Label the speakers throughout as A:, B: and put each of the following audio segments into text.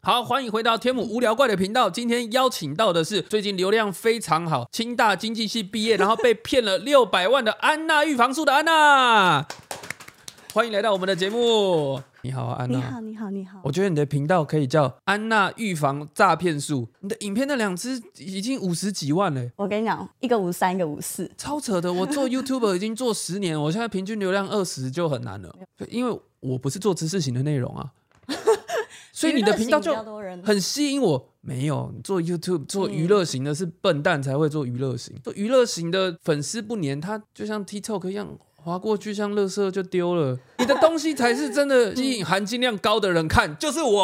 A: 好，欢迎回到天母无聊怪的频道。今天邀请到的是最近流量非常好，清大经济系毕业，然后被 骗了六百万的安娜预防术的安娜。欢迎来到我们的节目。你好啊，安娜。
B: 你好，你好，你好。
A: 我觉得你的频道可以叫安娜预防诈骗术。你的影片那两支已经五十几万嘞，
B: 我跟你讲，一个五三，一个五四。
A: 超扯的。我做 YouTuber 已经做十年，我现在平均流量二十就很难了，因为我不是做知识型的内容啊。所以你的频道就
B: 娱乐型比较多人
A: 很吸引我。没有，你做 YouTube
B: 嗯
A: 做娱乐型的是笨蛋才会做娱乐型，做娱乐型的粉丝不粘，他就像 TikTok 一样。划过去像垃圾就丢了，你的东西才是真 的吸引含金量高的人看，就是我。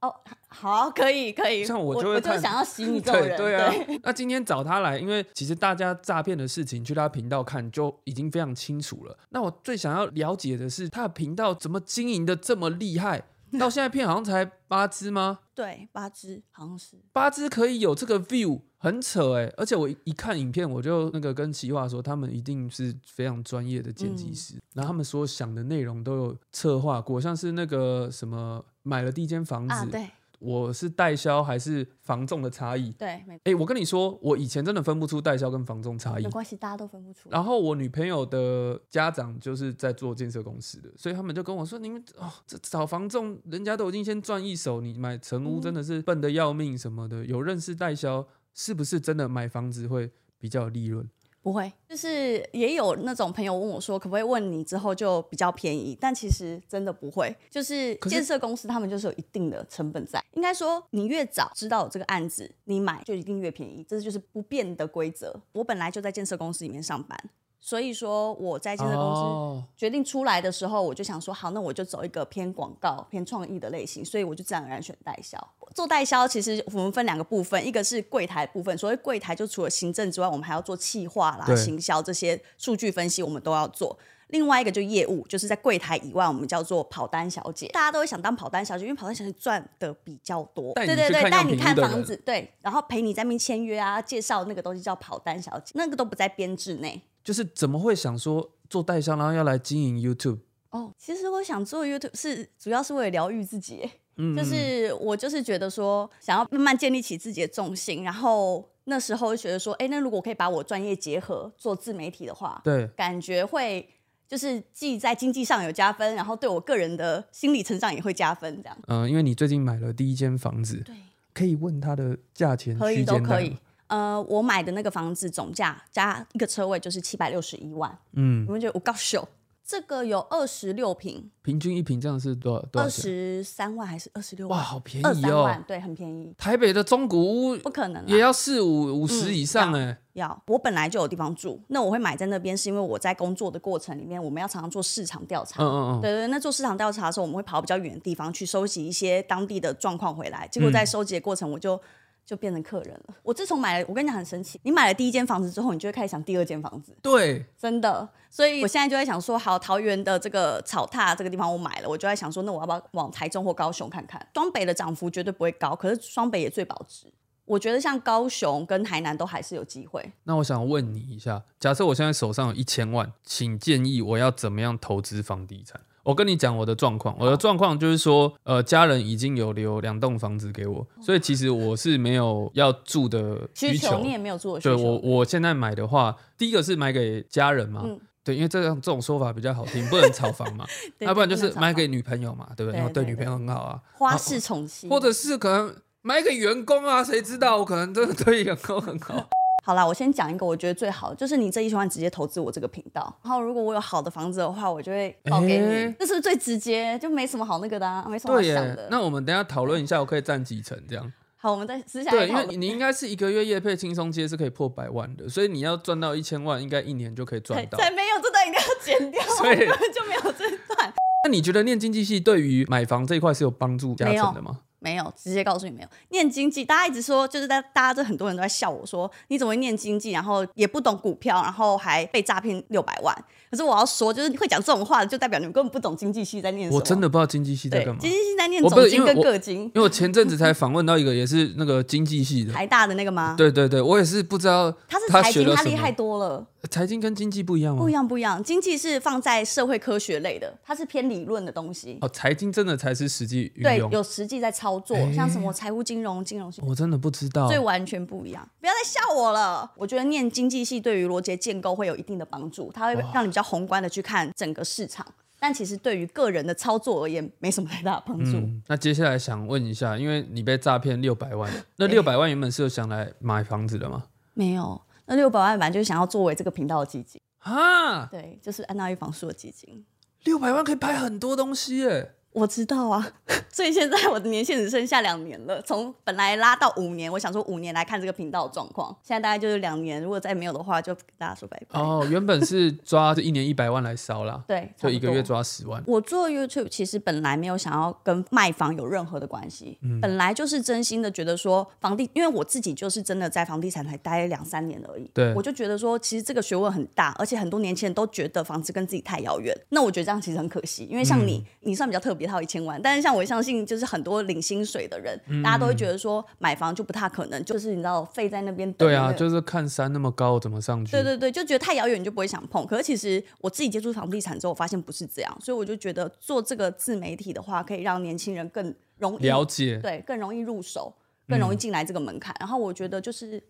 B: 哦，好，可以，可以。
A: 像我
B: 我
A: 就会
B: 我就是
A: 看
B: 想 要洗你这种
A: 对
B: 人。
A: 对啊，那今天找他来，因为其实大家诈骗的事情去他频道看就已经非常清楚了。那我最想要了解的是他的频道怎么经营的这么厉害，到现在片好像才八支吗？
B: 对，八只好像是。
A: 八支可以有这个 view，很扯哎、而且我一看影片，我就那个跟齐话说，他们一定是非常专业的剪
B: 嗯
A: 辑师，然后他们所想的内容都有策划过，像是那个什么买了第一间房子，
B: 啊，对
A: 我是代销还是房仲的差异。
B: 对，没
A: 哎、我跟你说，我以前真的分不出代销跟房仲差异
B: 没。关系，大家都分不出。
A: 然后我女朋友的家长就是在做建设公司的，所以他们就跟我说：“你们哦，这找房仲，人家都已经先赚一手，你买成屋
B: 嗯
A: 真的是笨的要命什么的。有认识代销，是不是真的买房子会比较有利润？
B: 不会，就是也有那种朋友问我说，可不可以问你之后就比较便宜？但其实真的不会，就是
A: 可是
B: 建设公司他们就是有一定的成本在。应该说，你越早知道有这个案子，你买就一定越便宜，这就是不变的规则。我本来就在建设公司里面上班，所以说我在建设公司。
A: 哦，
B: 决定出来的时候，我就想说，好，那我就走一个偏广告、偏创意的类型，所以我就自然而然选代销。做代销其实我们分两个部分，一个是柜台部分，所谓柜台就除了行政之外，我们还要做企划啦
A: 对、
B: 行销这些数据分析，我们都要做。另外一个就业务，就是在柜台以外，我们叫做跑单小姐。大家都会想当跑单小姐，因为跑单小姐赚的比较多。
A: 带你
B: 对对
A: 去
B: 对，
A: 看
B: 带
A: 样
B: 你
A: 品
B: 看
A: 屋的
B: 房
A: 人
B: 子，对，然后陪你在那边签约啊，介绍那个东西叫跑单小姐，那个都不在编制内。
A: 就是怎么会想说做代销，然后要来经营 YouTube？
B: 哦，其实我想做 YouTube 是主要是为了疗愈自己，
A: 嗯，
B: 就是我就是觉得说想要慢慢建立起自己的重心，然后那时候就觉得说，哎，那如果可以把我专业结合做自媒体的话，
A: 对，
B: 感觉会就是既在经济上有加分，然后对我个人的心理成长也会加分，这样
A: 嗯、因为你最近买了第一间房子，
B: 对，
A: 可以问他的价钱
B: 可以
A: 区
B: 都
A: 间
B: 可
A: 带
B: 以
A: 吗。。
B: 呃，我买的那个房子总价加一个车位就是七百六十一万，
A: 嗯
B: 你，们觉得我高秀？这个有二十六平，
A: 平均一平这样是多少？多少
B: 二
A: 钱？
B: 十三万还是二十六
A: 哇，
B: 万？
A: 好便
B: 二
A: 宜
B: 三
A: 哦！
B: 万，对，很便宜，
A: 台北的中古屋
B: 不可能啦
A: 也要四五五十
B: 嗯
A: 以上哎、
B: 要。我本来就有地方住，那我会买在那边，是因为我在工作的过程里面，我们要常常做市场调查。
A: 嗯嗯嗯，
B: 对对，那做市场调查的时候，我们会跑比较远的地方去收集一些当地的状况回来。结果在
A: 嗯
B: 收集的过程，我就、就变成客人了。我自从买了，我跟你讲很神奇，你买了第一间房子之后，你就会开始想第二间房子，
A: 对，
B: 真的。所以我现在就在想说，好，桃园的这个草踏这个地方我买了，我就在想说，那我要不要往台中或高雄看看？双北的涨幅绝对不会高，可是双北也最保值。我觉得像高雄跟台南都还是有机会。
A: 那我想问你一下，假设我现在手上有一千万，请建议我要怎么样投资房地产？我跟你讲我的状况，我的状况就是说，呃，家人已经有留两栋房子给我，所以其实我是没有要住的
B: 需
A: 需
B: 求
A: 求
B: 你。也没有做的需
A: 对
B: 求，
A: 我，我现在买的话，第一个是买给家人嘛，
B: 嗯
A: 对，因为这样这种说法比较好听，不能炒房嘛，啊
B: 对
A: 要不然就
B: 不能
A: 是
B: 炒
A: 买
B: 房
A: 给女朋友嘛，对不对？
B: 对
A: 然后对
B: 对
A: 女朋友很好啊，
B: 花式宠妻，
A: 或者是可能买给员工啊，谁知道？我可能真的对员工很 好。
B: 好啦，我先讲一个我觉得最好的，就是你这一千万直接投资我这个频道，然后如果我有好的房子的话，我就会报给
A: 诶
B: 你，这是不是最直接，就没什么好那个的、啊，没什么好
A: 对
B: 想
A: 耶
B: 的，。
A: 那我们等一下讨论一下，我可以占几成这样？
B: 好，我们再私下来
A: 对，因
B: 讨
A: 为
B: 论。
A: 你应该是一个月业配轻松接是可以破百万的，所以你要赚到一千万，应该一年就可以赚
B: 才
A: 到。
B: 才没有这段一定要剪掉，
A: 所以
B: 根本 就没有这段，
A: 那你觉得念经济系对于买房这一块是有帮助加成的吗？
B: 没有直接告诉你没有念经济。大家一直说，就是在大家这很多人都在笑我说，你怎么会念经济，然后也不懂股票，然后还被诈骗六百万。可是我要说，就是会讲这种话的，就代表你们根本不懂经济系在念什么。
A: 我真的不知道经济系在
B: 对
A: 干，嘛，
B: 经济系在念
A: 我不
B: 总
A: 是因
B: 经
A: 为
B: 跟
A: 我
B: 个经
A: 因，为我前阵子才访问到一个也是那个经济 系的，
B: 台大的那个吗？
A: 对对对，我也是不知道
B: 他是
A: 他
B: 财
A: 学
B: 经，
A: 了
B: 他
A: 什
B: 厉害
A: 么。嗯
B: 多了，
A: 财经跟经济不一样吗哦
B: 不一？样不一样。经济是放在社会科学类的，它是偏理论的东西，
A: 哦哦，财经真的才是实际运
B: 对
A: 用，。
B: 有实际在操操作，
A: 哎
B: 像什么财务金融、金融系，
A: 我真的不知道
B: 所以。完全不一样。不要再笑我了，我觉得念经济系对于逻辑建构会有一定的帮助，它会让你比较宏观的去看整个市场。但其实对于个人的操作而言，没什么太大的帮助。
A: 嗯，那接下来想问一下，因为你被诈骗六百 万，那
B: 哎
A: 六百万原本是有想来买房子的吗？
B: 没有，那六百万本来就是想要作为这个频道的基金，
A: 啊，
B: 对，就是安娜预防术的基金。
A: 六百万可以拍很多东西耶！
B: 我知道啊， 所以现在我的年限只剩下两年了。从本来拉到五年，我想说五年来看这个频道的状况，现在大概就是两年。如果再没有的话，就跟大家说拜拜。
A: 哦，原本是抓一年一百万来烧啦，
B: 对，
A: 就一个月
B: 差不多。
A: 抓十万。
B: 我做 YouTube 其实本来没有想要跟卖房有任何的关系，
A: 嗯
B: 本来就是真心的觉得说房地，因为我自己就是真的在房地产才待两三年而已，
A: 对
B: 我就觉得说其实这个学问很大，而且很多年轻人都觉得房子跟自己太遥远，那我觉得这样其实很可惜，因为像你，
A: 嗯
B: 你算比较特别，他有一千万，但是像我相信就是很多领薪水的人，
A: 嗯
B: 大家都会觉得说买房就不太可能，就是你知道废在那边等，
A: 对啊，就是看山那么高，我怎么上去？
B: 对对对，就觉得太遥远，你就不会想碰。可是其实我自己接触房地产之后，我发现不是这样，所以我就觉得做这个自媒体的话，可以让年轻人更容易
A: 了解。嗯
B: 对，更容易入手，更容易进来这个门槛。然后我觉得就是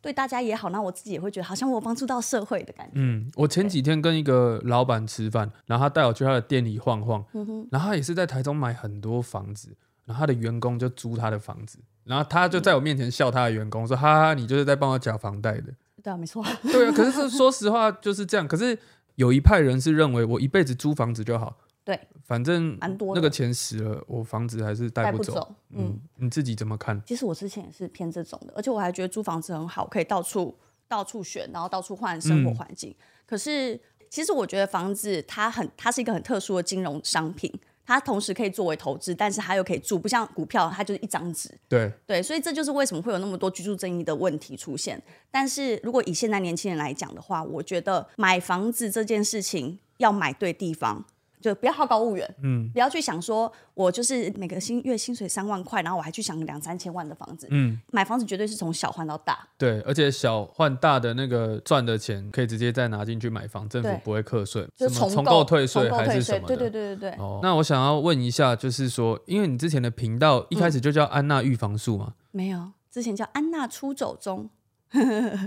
B: 对大家也好，那我自己也会觉得好像我有帮助到社会的感觉。
A: 嗯，我前几天跟一个老板吃饭，然后他带我去他的店里晃晃，
B: 嗯
A: 然后他也是在台中买很多房子，然后他的员工就租他的房子，然后他就在我面前笑他的员工说：“哈哈，你就是在帮我缴房贷的。”
B: 对啊，没错，
A: 对啊，可是这说 实话就是这样。可是有一派人是认为我一辈子租房子就好，
B: 对，
A: 反正
B: 蛮多的
A: 那个钱死了，我房子还是带
B: 带
A: 不
B: 不
A: 走。
B: 走。嗯，
A: 嗯，你自己怎么看？
B: 其实我之前也是偏这种的，而且我还觉得租房子很好，可以到处到处选，然后到处换生活环境。可是其实我觉得房子它很，它是一个很特殊的金融商品，它同时可以作为投资，但是它又可以住，不像股票，它就是一张纸。
A: 对，
B: 对，所以这就是为什么会有那么多居住正义的问题出现。但是如果以现在年轻人来讲的话，我觉得买房子这件事情要买对地方，就不要好高骛远，嗯，不要去想说我就是每个薪月薪水三万块，然后我还去想两三千万的房子，
A: 嗯，
B: 买房子绝对是从小换到大，
A: 对，而且小换大的那个赚的钱可以直接再拿进去买房，政府
B: 对
A: 不会课税，
B: 就
A: 什
B: 是
A: 么重
B: 购
A: 退税
B: 重购
A: 还
B: 退
A: 是什
B: 税，
A: 么的。
B: 对对对对对，
A: 哦，那我想要问一下，就是说，因为你之前的频道一开
B: 嗯
A: 始就叫安娜预防术嘛，
B: 没有，之前叫安娜出走中。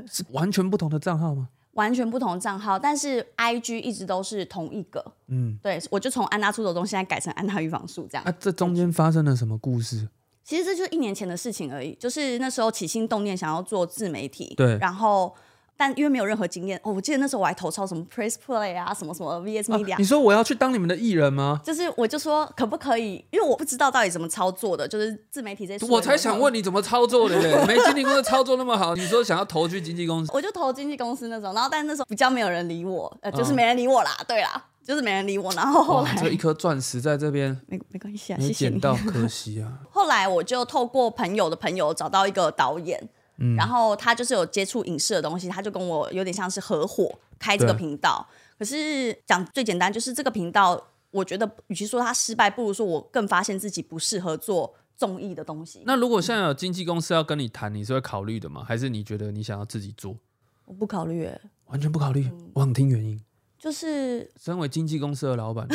A: 是完全不同的账号吗？
B: 完全不同的账号，但是 I G 一直都是同一个，
A: 嗯，
B: 对我就从安娜出走中现在改成安娜预防术这样
A: 啊，。这中间发生了什么故事？
B: 其实这就是一年前的事情而已，就是那时候起心动念想要做自媒体，
A: 对
B: 然后但因为没有任何经验，哦，我记得那时候我还投操什么 Press Play 啊，什么什么 VS
A: 啊
B: Media，、
A: 你说我要去当你们的艺人吗？
B: 就是我就说可不可以，因为我不知道到底怎么操作的，就是自媒体这些，
A: 我才想问。你怎么操作的 嘞？没经纪公司操作那么好，你说想要投去经纪公司，
B: 我就投经纪公司那种，然后但那时候比较没有人理我，呃，就是没人理我啦，对啦，就是没人理我，然后 后
A: 嗯哇，
B: 来
A: 这一颗钻石在这边
B: 没没关系啊，
A: 没
B: 谢谢
A: 捡
B: 你。
A: 到，可 惜啊。
B: 后来我就透过朋友的朋友找到一个导演，然后他就是有接触影视的东西，他就跟我有点像是合伙开这个
A: 对
B: 频道。可是讲最简单，就是这个频道，我觉得与其说它失败，不如说我更发现自己不适合做综艺的东西。
A: 那如果现在有经纪公司要跟你谈，你是会考虑的吗？还是你觉得你想要自己做？
B: 我不考虑耶，
A: 完全不考虑，
B: 嗯
A: 我想听原因。
B: 就是
A: 身为经纪公司的老 板，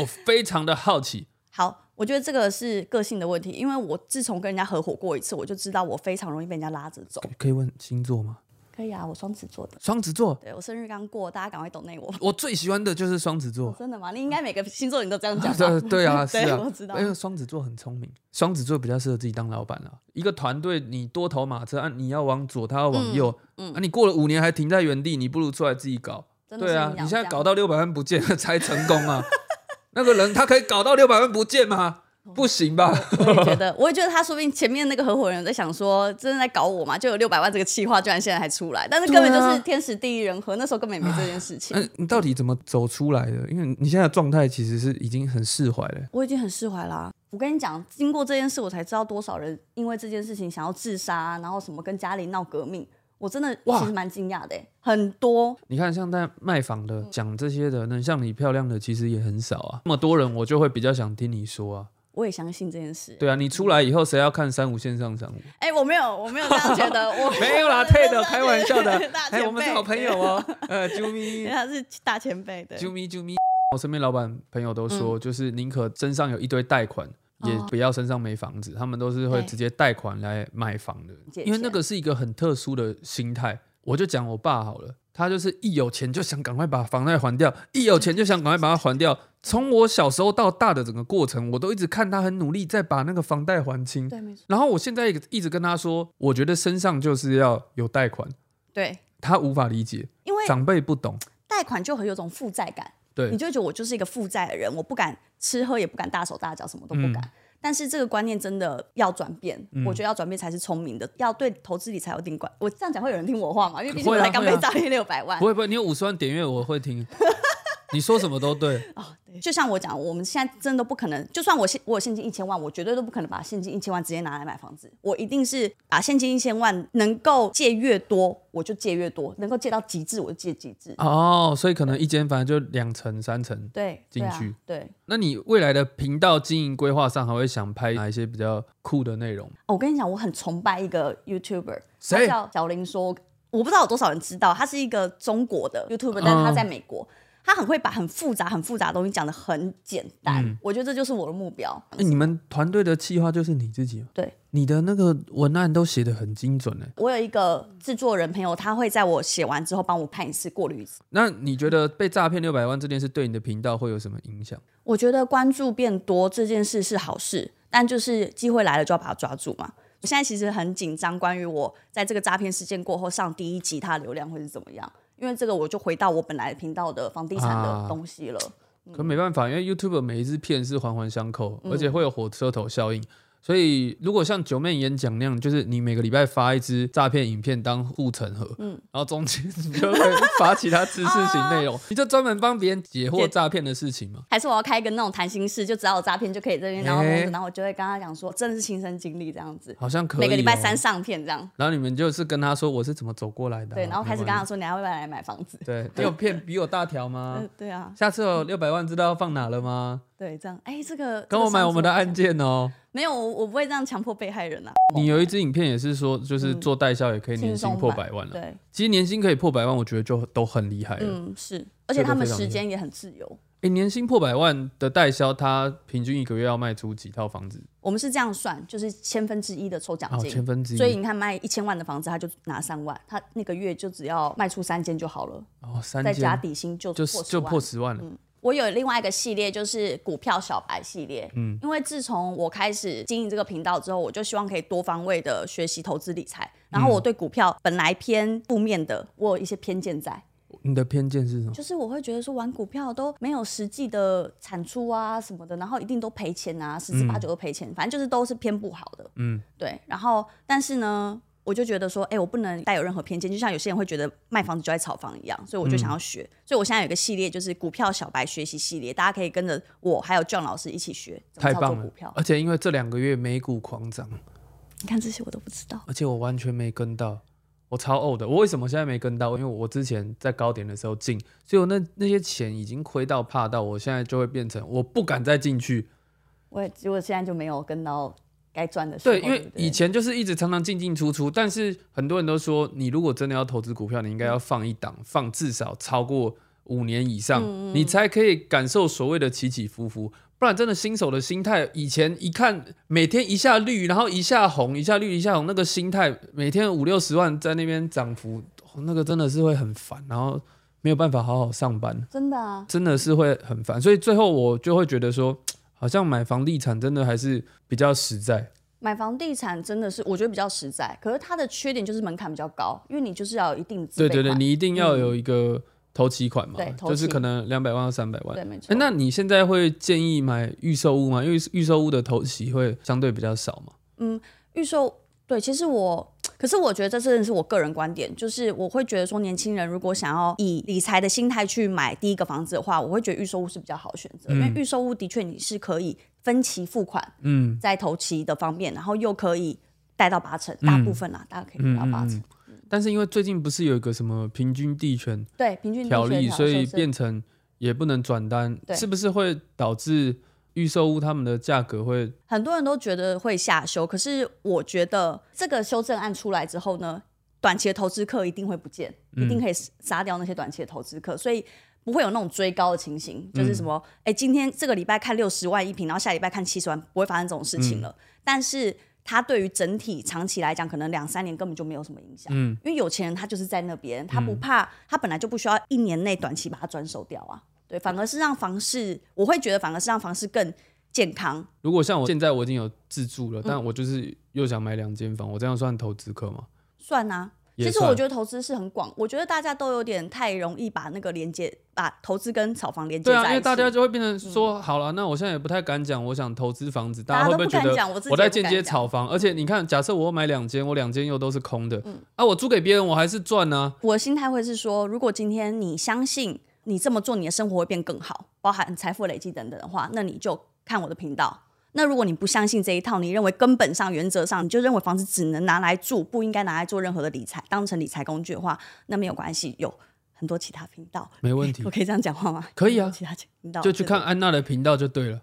A: 我非常的好奇。
B: 好，我觉得这个是个性的问题，因为我自从跟人家合伙过一次，我就知道我非常容易被人家拉着走。
A: 可以问星座吗？
B: 可以啊，我双子座的，
A: 双子座，
B: 对我生日刚过，大家赶快懂内我。
A: 我最喜欢的就是双子座。
B: 真的吗？你应该每个星座你都这 样 讲吧？
A: 对对啊，是
B: 对
A: 啊，
B: 我知道
A: 因为双子座很聪明，双子座比较适合自己当老板啊。一个团队你多头马车，啊，你要往左，他要往右，
B: 嗯
A: 啊，你过了五年还停在原地，你不如出来自己搞。
B: 真的嗯是
A: 对啊，
B: 你
A: 你
B: 讲
A: 现在
B: 这
A: 搞
B: 样
A: 到六百万不见了才成功 啊。那个人他可以搞到六百万不见吗？
B: 哦
A: 不行吧？
B: 我 也觉得，我也觉得他说不定前面那个合伙人在想说，真的在搞我嘛，就有六百万这个计划，居然现在还出来，但是根本就
A: 对
B: 是
A: 啊
B: 天时地利人和，那时候根本也没这件事情。
A: 嗯，你到底怎么走出来的？因为你现在的状态其实是已经很释怀了。
B: 我已经很释怀啦、我跟你讲，经过这件事，我才知道多少人因为这件事情想要自杀，然后什么跟家里闹革命。我真的
A: 哇
B: 其实蛮惊讶的欸、很多
A: 你看，像在卖房的
B: 嗯
A: 讲这些的，能像你漂亮的其实也很少啊。那么多人，我就会比较想听你说啊。
B: 我也相信这件事。
A: 对啊，你出来以后谁要看三五线上商务？
B: 哎、我没有，我没有这样觉得，我
A: 没 有啦，
B: 我没
A: 退
B: 有这
A: 的，
B: 样
A: 开玩
B: 觉
A: 笑的
B: 得 大。前
A: 哎，
B: 辈
A: 我们是好朋友，哦。呃，啾
B: 对
A: 咪
B: 因为他是大前辈的。 嗯
A: 啾咪啾咪，我身边老板朋友都说，就是宁可身上有一堆贷款，也不要身上没房子，他们都是会
C: 对
A: 直接贷款来买房的
B: 借，
A: 因为
B: 钱
A: 那个是一个很特殊的心态。我就讲我爸好了，他就是一有钱就想赶快把房贷还掉，一有钱就想赶快把它还掉。从我小时候到大的整个过程，我都一直看他很努力在把那个房贷还清。
B: 对，没错，
A: 然后我现在一直跟他说，我觉得身上就是要有贷款，
B: 对，
A: 他无法理解，
B: 因为
A: 长辈不懂。
B: 贷款就很有种负债感，
A: 对
B: 你，就会觉得我就是一个负债的人，我不敢吃喝，也不敢大手大脚，什么都不敢。
A: 嗯
B: 但是这个观念真的要转变，我觉得要转变才是聪明的，要对投资理财有定观。我这样讲会有人听我话吗？因为毕竟
A: 会
B: 我
A: 啊
B: 才刚
A: 会
B: 被
A: 啊
B: 诈骗六百万
A: 不。会不会，你有五十万点阅我会 听，你说什么都对。
B: 就像我讲，我们现在真的都不可能，就算我现我有现金一千万，我绝对都不可能把现金一千万直接拿来买房子。我一定是把现金一千万能够借越多，我就借越多，能够借到极致我就借极致。
A: 哦，所以可能一间反正就两层、三层。
B: 对，
A: 进
B: 对啊
A: 去
B: 对，
A: 那你未来的频道经营规划上，还会想拍哪一些比较酷的内容？
B: 哦我跟你讲，我很崇拜一个 YouTuber，他
A: 谁
B: 叫小林说，我不知道有多少人知道，他是一个中国的 YouTuber，但是他在美国。他很会把很复杂、很复杂的东西讲得很简单，我觉得这哦就是我的目标。
A: 哎你们团队的企划就是你自己吗？
B: 对，
A: 你的那个文案都写的很精准哎。
B: 我有一个制作人朋友，他会在我写完之后帮我看一次、过滤一次。
A: 那你觉得被诈骗六百万这件事对你的频道会有什么影响？
B: 我觉得关注变多这件事是好事，但就是机会来了就要把它抓住嘛。我现在其实很紧张，关于我在这个诈骗事件过后上第一集，它的流量会是怎么样？因为这个我就回到我本来频道的房地产的
A: 啊
B: 东西了。
A: 可没办法，因为 YouTube 每一支片是环环相扣，
B: 嗯
A: 而且会有火车头效应。所以，如果像九妹演讲那样，就是你每个礼拜发一支诈骗影片当护城河，
B: 嗯
A: 然后中间你就会发其他知识型内 容，你就专门帮别人解惑
B: 解
A: 诈骗的事情嘛。
B: 还是我要开一个那种谈心室，就只要有诈骗就可以这边，然后
A: 哎
B: 然后我就会跟他讲说，真的是亲身经历这样子，
A: 好像可以、哦
B: 每个礼拜三，上片这样，
A: 然后你们就是跟他说我是怎么走过来的啊、
B: 对，然后开始跟
A: 没
B: 他
A: 关系
B: 说你还会不会来买房子？
A: 对，你有骗比我大条吗
B: 嗯？，对啊，
A: 下次有六百万知道要放哪了吗？
B: 对，这样，哎，这个
A: 跟我买我们的案，
B: 这个上次
A: 件哦。
B: 我没有，我我不会这样强迫被害人啊，
A: 你有一支影片也是说，就是
B: 嗯
A: 做代销也可以年薪破百万了、
B: 对，
A: 其实年薪可以破百万，我觉得就都很厉害了。哎、
B: 嗯，是，而且他们时间也很自由。
A: 年薪破百万的代销，他平均一个月要卖出几套房子？
B: 我们是这样算，就是千分之一的抽奖
A: 哦，
B: 金
A: 千，分之一。
B: 所以你看卖一千万的房子，他就拿三万，他那个月就只要卖出三间就好了，
A: 哦，三
B: 再加
A: 间
B: 底薪就
A: 就
B: 破
A: 就
B: 10万
A: 破十万了。嗯
B: 我有另外一个系列，就是股票小白系列。嗯，因为自从我开始经营这个频道之后，我就希望可以多方位的学习投资理财。然
A: 嗯
B: 后我对股票本来偏负面的，我有一些偏见在，
A: 你的偏见是什么？
B: 就是我会觉得说玩股票都没有实际的产出啊什么的，然后一定都赔钱啊，十之八九都赔钱，反正就是都是偏不好的。
A: 嗯，
B: 对。然后，但是呢，我就觉得说，哎、我不能带有任何偏见，就像有些人会觉得卖房子就在炒房一样，所以我就
A: 嗯
B: 想要学。所以我现在有一个系列，就是股票小白学习系列，大家可以跟着我还有 John 老师一起学怎么
A: 太
B: 操作
A: 棒
B: 股
A: 了呃
B: 票！。
A: 而且因为这两个月美股狂涨，
B: 你看这些我都不知道，
A: 而且我完全没跟到，我超呕的。我为什么现在没跟到？因为我之前在高点的时候进，所以我那那些钱已经亏到怕到，我现在就会变成我不敢再进去。
B: 我也我现在就没有跟到该赚的时候。
A: 对，因为
B: 不
A: 以前就是一直常常进进出出，但是很多人都说，你如果真的要投资股票，你应该要放一档，放至少超过五年以上，你才可以感受所谓的起起伏伏。不然真的新手的心态，以前一看每天一下绿，然后一下红，一下绿，一下红，那个心态每天五六十万在那边涨幅、哦那个真的是会很烦，然后没有办法好好上班。
B: 真的啊，
A: 真的是会很烦，所以最后我就会觉得说，好像买房地产真的还是比较实在。
B: 买房地产真的是我觉得比较实在，可是它的缺点就是门槛比较高，因为你就是要有一定的自
A: 对
B: 备
A: 对对，
B: 款嗯
A: 你一呃定要有一个头期款嘛
B: 对，头
A: 就是
B: 期
A: 可能两百万到三百万。
B: 对没错
A: 诶那你现在会建议买预售屋吗？因为预售屋的头期会相对比较少嘛。
B: 预售对，其实我，可是我觉得这真的是我个人观点，就是我会觉得说，年轻人如果想要以理财的心态去买第一个房子的话，我会觉得预售屋是比较好的选择，因为预售屋的确你是可以分期付款，
A: 嗯，
B: 在头期的方面，然后又可以贷到八成，大
A: 嗯
B: 部分啦，大家可以贷到八成，
A: 但是因为最近不是有一个什么平均地权
B: 对，平均地
A: 条
B: 税
A: 例，
B: 条
A: 所以
B: 税是
A: 变成也不能转单，
B: 对
A: 是不是会导致预售屋他们的价格会？
B: 很多人都觉得会下修，可是我觉得这个修正案出来之后呢，短期的投资客一定会不见，一定可以杀掉那些短期的投资客，所以。不会有那种追高的情形，就是什么，哎、今天这个礼拜看六十万一平，然后下礼拜看七十万，不会发生这种事情了。但是它对于整体长期来讲，可能两三年根本就没有什么影响，
A: 嗯
B: 因为有钱人他就是在那边，他不怕，他本来就不需要一年内短期把它转手掉啊。对，反而是让房市，我会觉得反而是让房市更健康。
A: 如果像我现在我已经有自住
B: 嗯
A: 了，但我就是又想买两间房，我这样算投资客吗？
B: 算啊。
A: 也
B: 其实
A: 算
B: 我觉得投资是很广，我觉得大家都有点太容易把那个连接，把投资跟炒房连接
A: 对
B: 在
A: 啊，
B: 一起。嗯
A: 因为大家就会变成说，好了，那我现在也不太敢讲，我想投资房子，
B: 大
A: 家
B: 家
A: 会
B: 都
A: 不会
B: 不
A: 觉
B: 敢
A: 得
B: 讲我自己
A: 我在
B: 也不
A: 间
B: 敢
A: 接
B: 讲
A: 炒房？而且你看，假设我买两间，我两间又都是空的，
B: 嗯
A: 啊，我租给别人我还是赚啊呢、
B: 我的心态会是说，如果今天你相信你这么做，你的生活会变更好，包含财富累积等等的话，那你就看我的频道。那如果你不相信这一套，你认为根本上、原则上，你就认为房子只能拿来住，不应该拿来做任何的理财，当成理财工具的话，那没有关系，有很多其他频道。
A: 没问题
B: 我，可以这样讲话吗？
A: 可以啊
B: 其他频道
A: 就去
B: 对
A: 看安娜的频道就对了。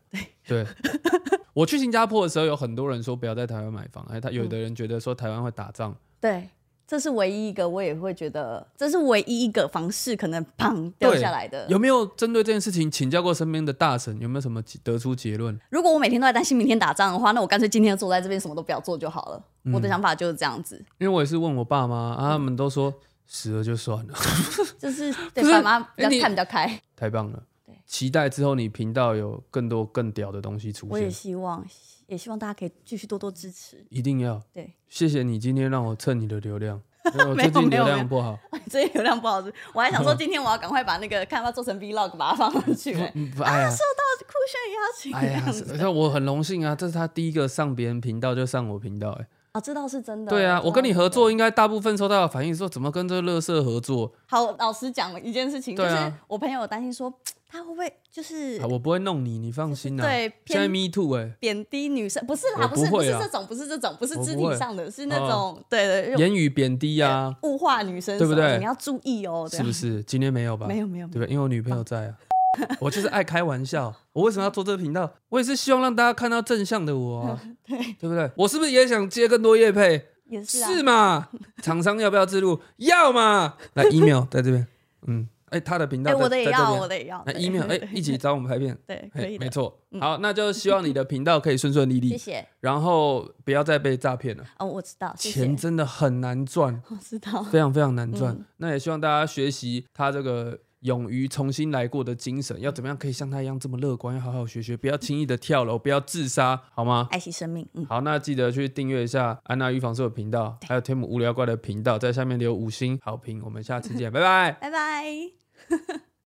A: 对， 我去新加坡的时候，有很多人说不要在台湾买房，哎，他有
B: 嗯
A: 的人觉得说台湾会打仗，
B: 对，这是唯一一个我也会觉得，这是唯一一个房市可能砰掉
A: 对
B: 下来的。
A: 有没有针对这件事情请教过身边的大神？有没有什么得出结论？
B: 如果我每天都在担心明天打仗的话，那我干脆今天坐在这边什么都不要做就好了。我
A: 嗯
B: 的想法就是这样子，
A: 因为我也是问我爸妈，啊，他们都说死了就算了，
B: 就是对
A: 不是
B: 爸妈比较
A: 哎你
B: 看比较开。
A: 太棒了。期待之后你频道有更多更屌的东西出
B: 我也
A: 现，
B: 希望，也希望大家可以继续多多支 持。
A: 一定要
B: 对，
A: 谢谢你今天让我蹭你的流 量，因为我最
B: 没有
A: 近
B: 没
A: 流
B: 有
A: 量不好，
B: 最近流量不好吃，我还想
A: 嗯
B: 说今天我要赶快把那个看要不要做成 vlog 把它放上去、哎
A: 嗯不哎呀，
B: 酷炫也要请
A: 哎
B: 这
A: 呀
B: 样，子。
A: 那我很荣幸啊，这是他第一个上别人频道就上我频道，哎，
B: 啊，这倒是真的。欸
A: 对啊，
B: 这
A: 我跟
B: 倒
A: 你
B: 是
A: 合
B: 真的
A: 作，应该大部分收到的反应说怎么跟这乐色合作，
B: 好，老实讲一件事情，就
A: 对啊
B: 是我朋友有担心说他会不会就是
A: 啊我不会弄你，你放心啦。
B: 对
A: 啊现在
B: 偏
A: Me Too 哎，
B: 贬低女生，不是啦，
A: 我
B: 不是
A: 不
B: 不
A: 会
B: 是
A: 啊
B: 这种，不是这种，不是
A: 我
B: 肢
A: 不会
B: 体上的，是那
A: 啊
B: 种对对用
A: 言语贬低啊，
B: 物化女生
A: 对
B: 什
A: 不
B: 么的，
A: 对
B: 你要注意哦，
A: 是
B: 这样
A: 不是？今天没有吧？
B: 没有没有没
A: 对
B: 有，
A: 吧？因为我女朋友在啊， 我就是爱开玩笑。我为什么要做这个频道？我也是希望让大家看到正向的我 啊，对不对？我是不是也想接更多业配？
B: 也是啊，
A: 是嘛？厂商要不要自录？要嘛？来 email 在这边，嗯，哎，他的频道
B: 哎，
A: 在
B: 我的也
A: 在这
B: 要，
A: 边
B: 我的也要，
A: 来
B: 对
A: email 哎，一起找我们拍片。
B: 对，可
A: 嘿
B: 以
A: 没
B: 的，嗯
A: 错。好，那就希望你的频道可以顺顺利
B: 谢
A: 利，
B: 谢
A: 然后不要再被诈骗了。
B: 哦，我知道，谢谢
A: 钱，真的很难赚，
B: 我知道，
A: 非常非常难赚。那也希望大家学习他这个勇于重新来过的精神，要怎么样可以像他一样这么乐观，要好好学学，不要轻易的跳楼，不要自杀，好吗？
B: 爱惜生命，嗯，
A: 好，那记得去订阅一下安娜预防社的频道，还有天母无聊怪的频道，在下面留五星好评。我们下次见，拜拜。
B: 拜拜。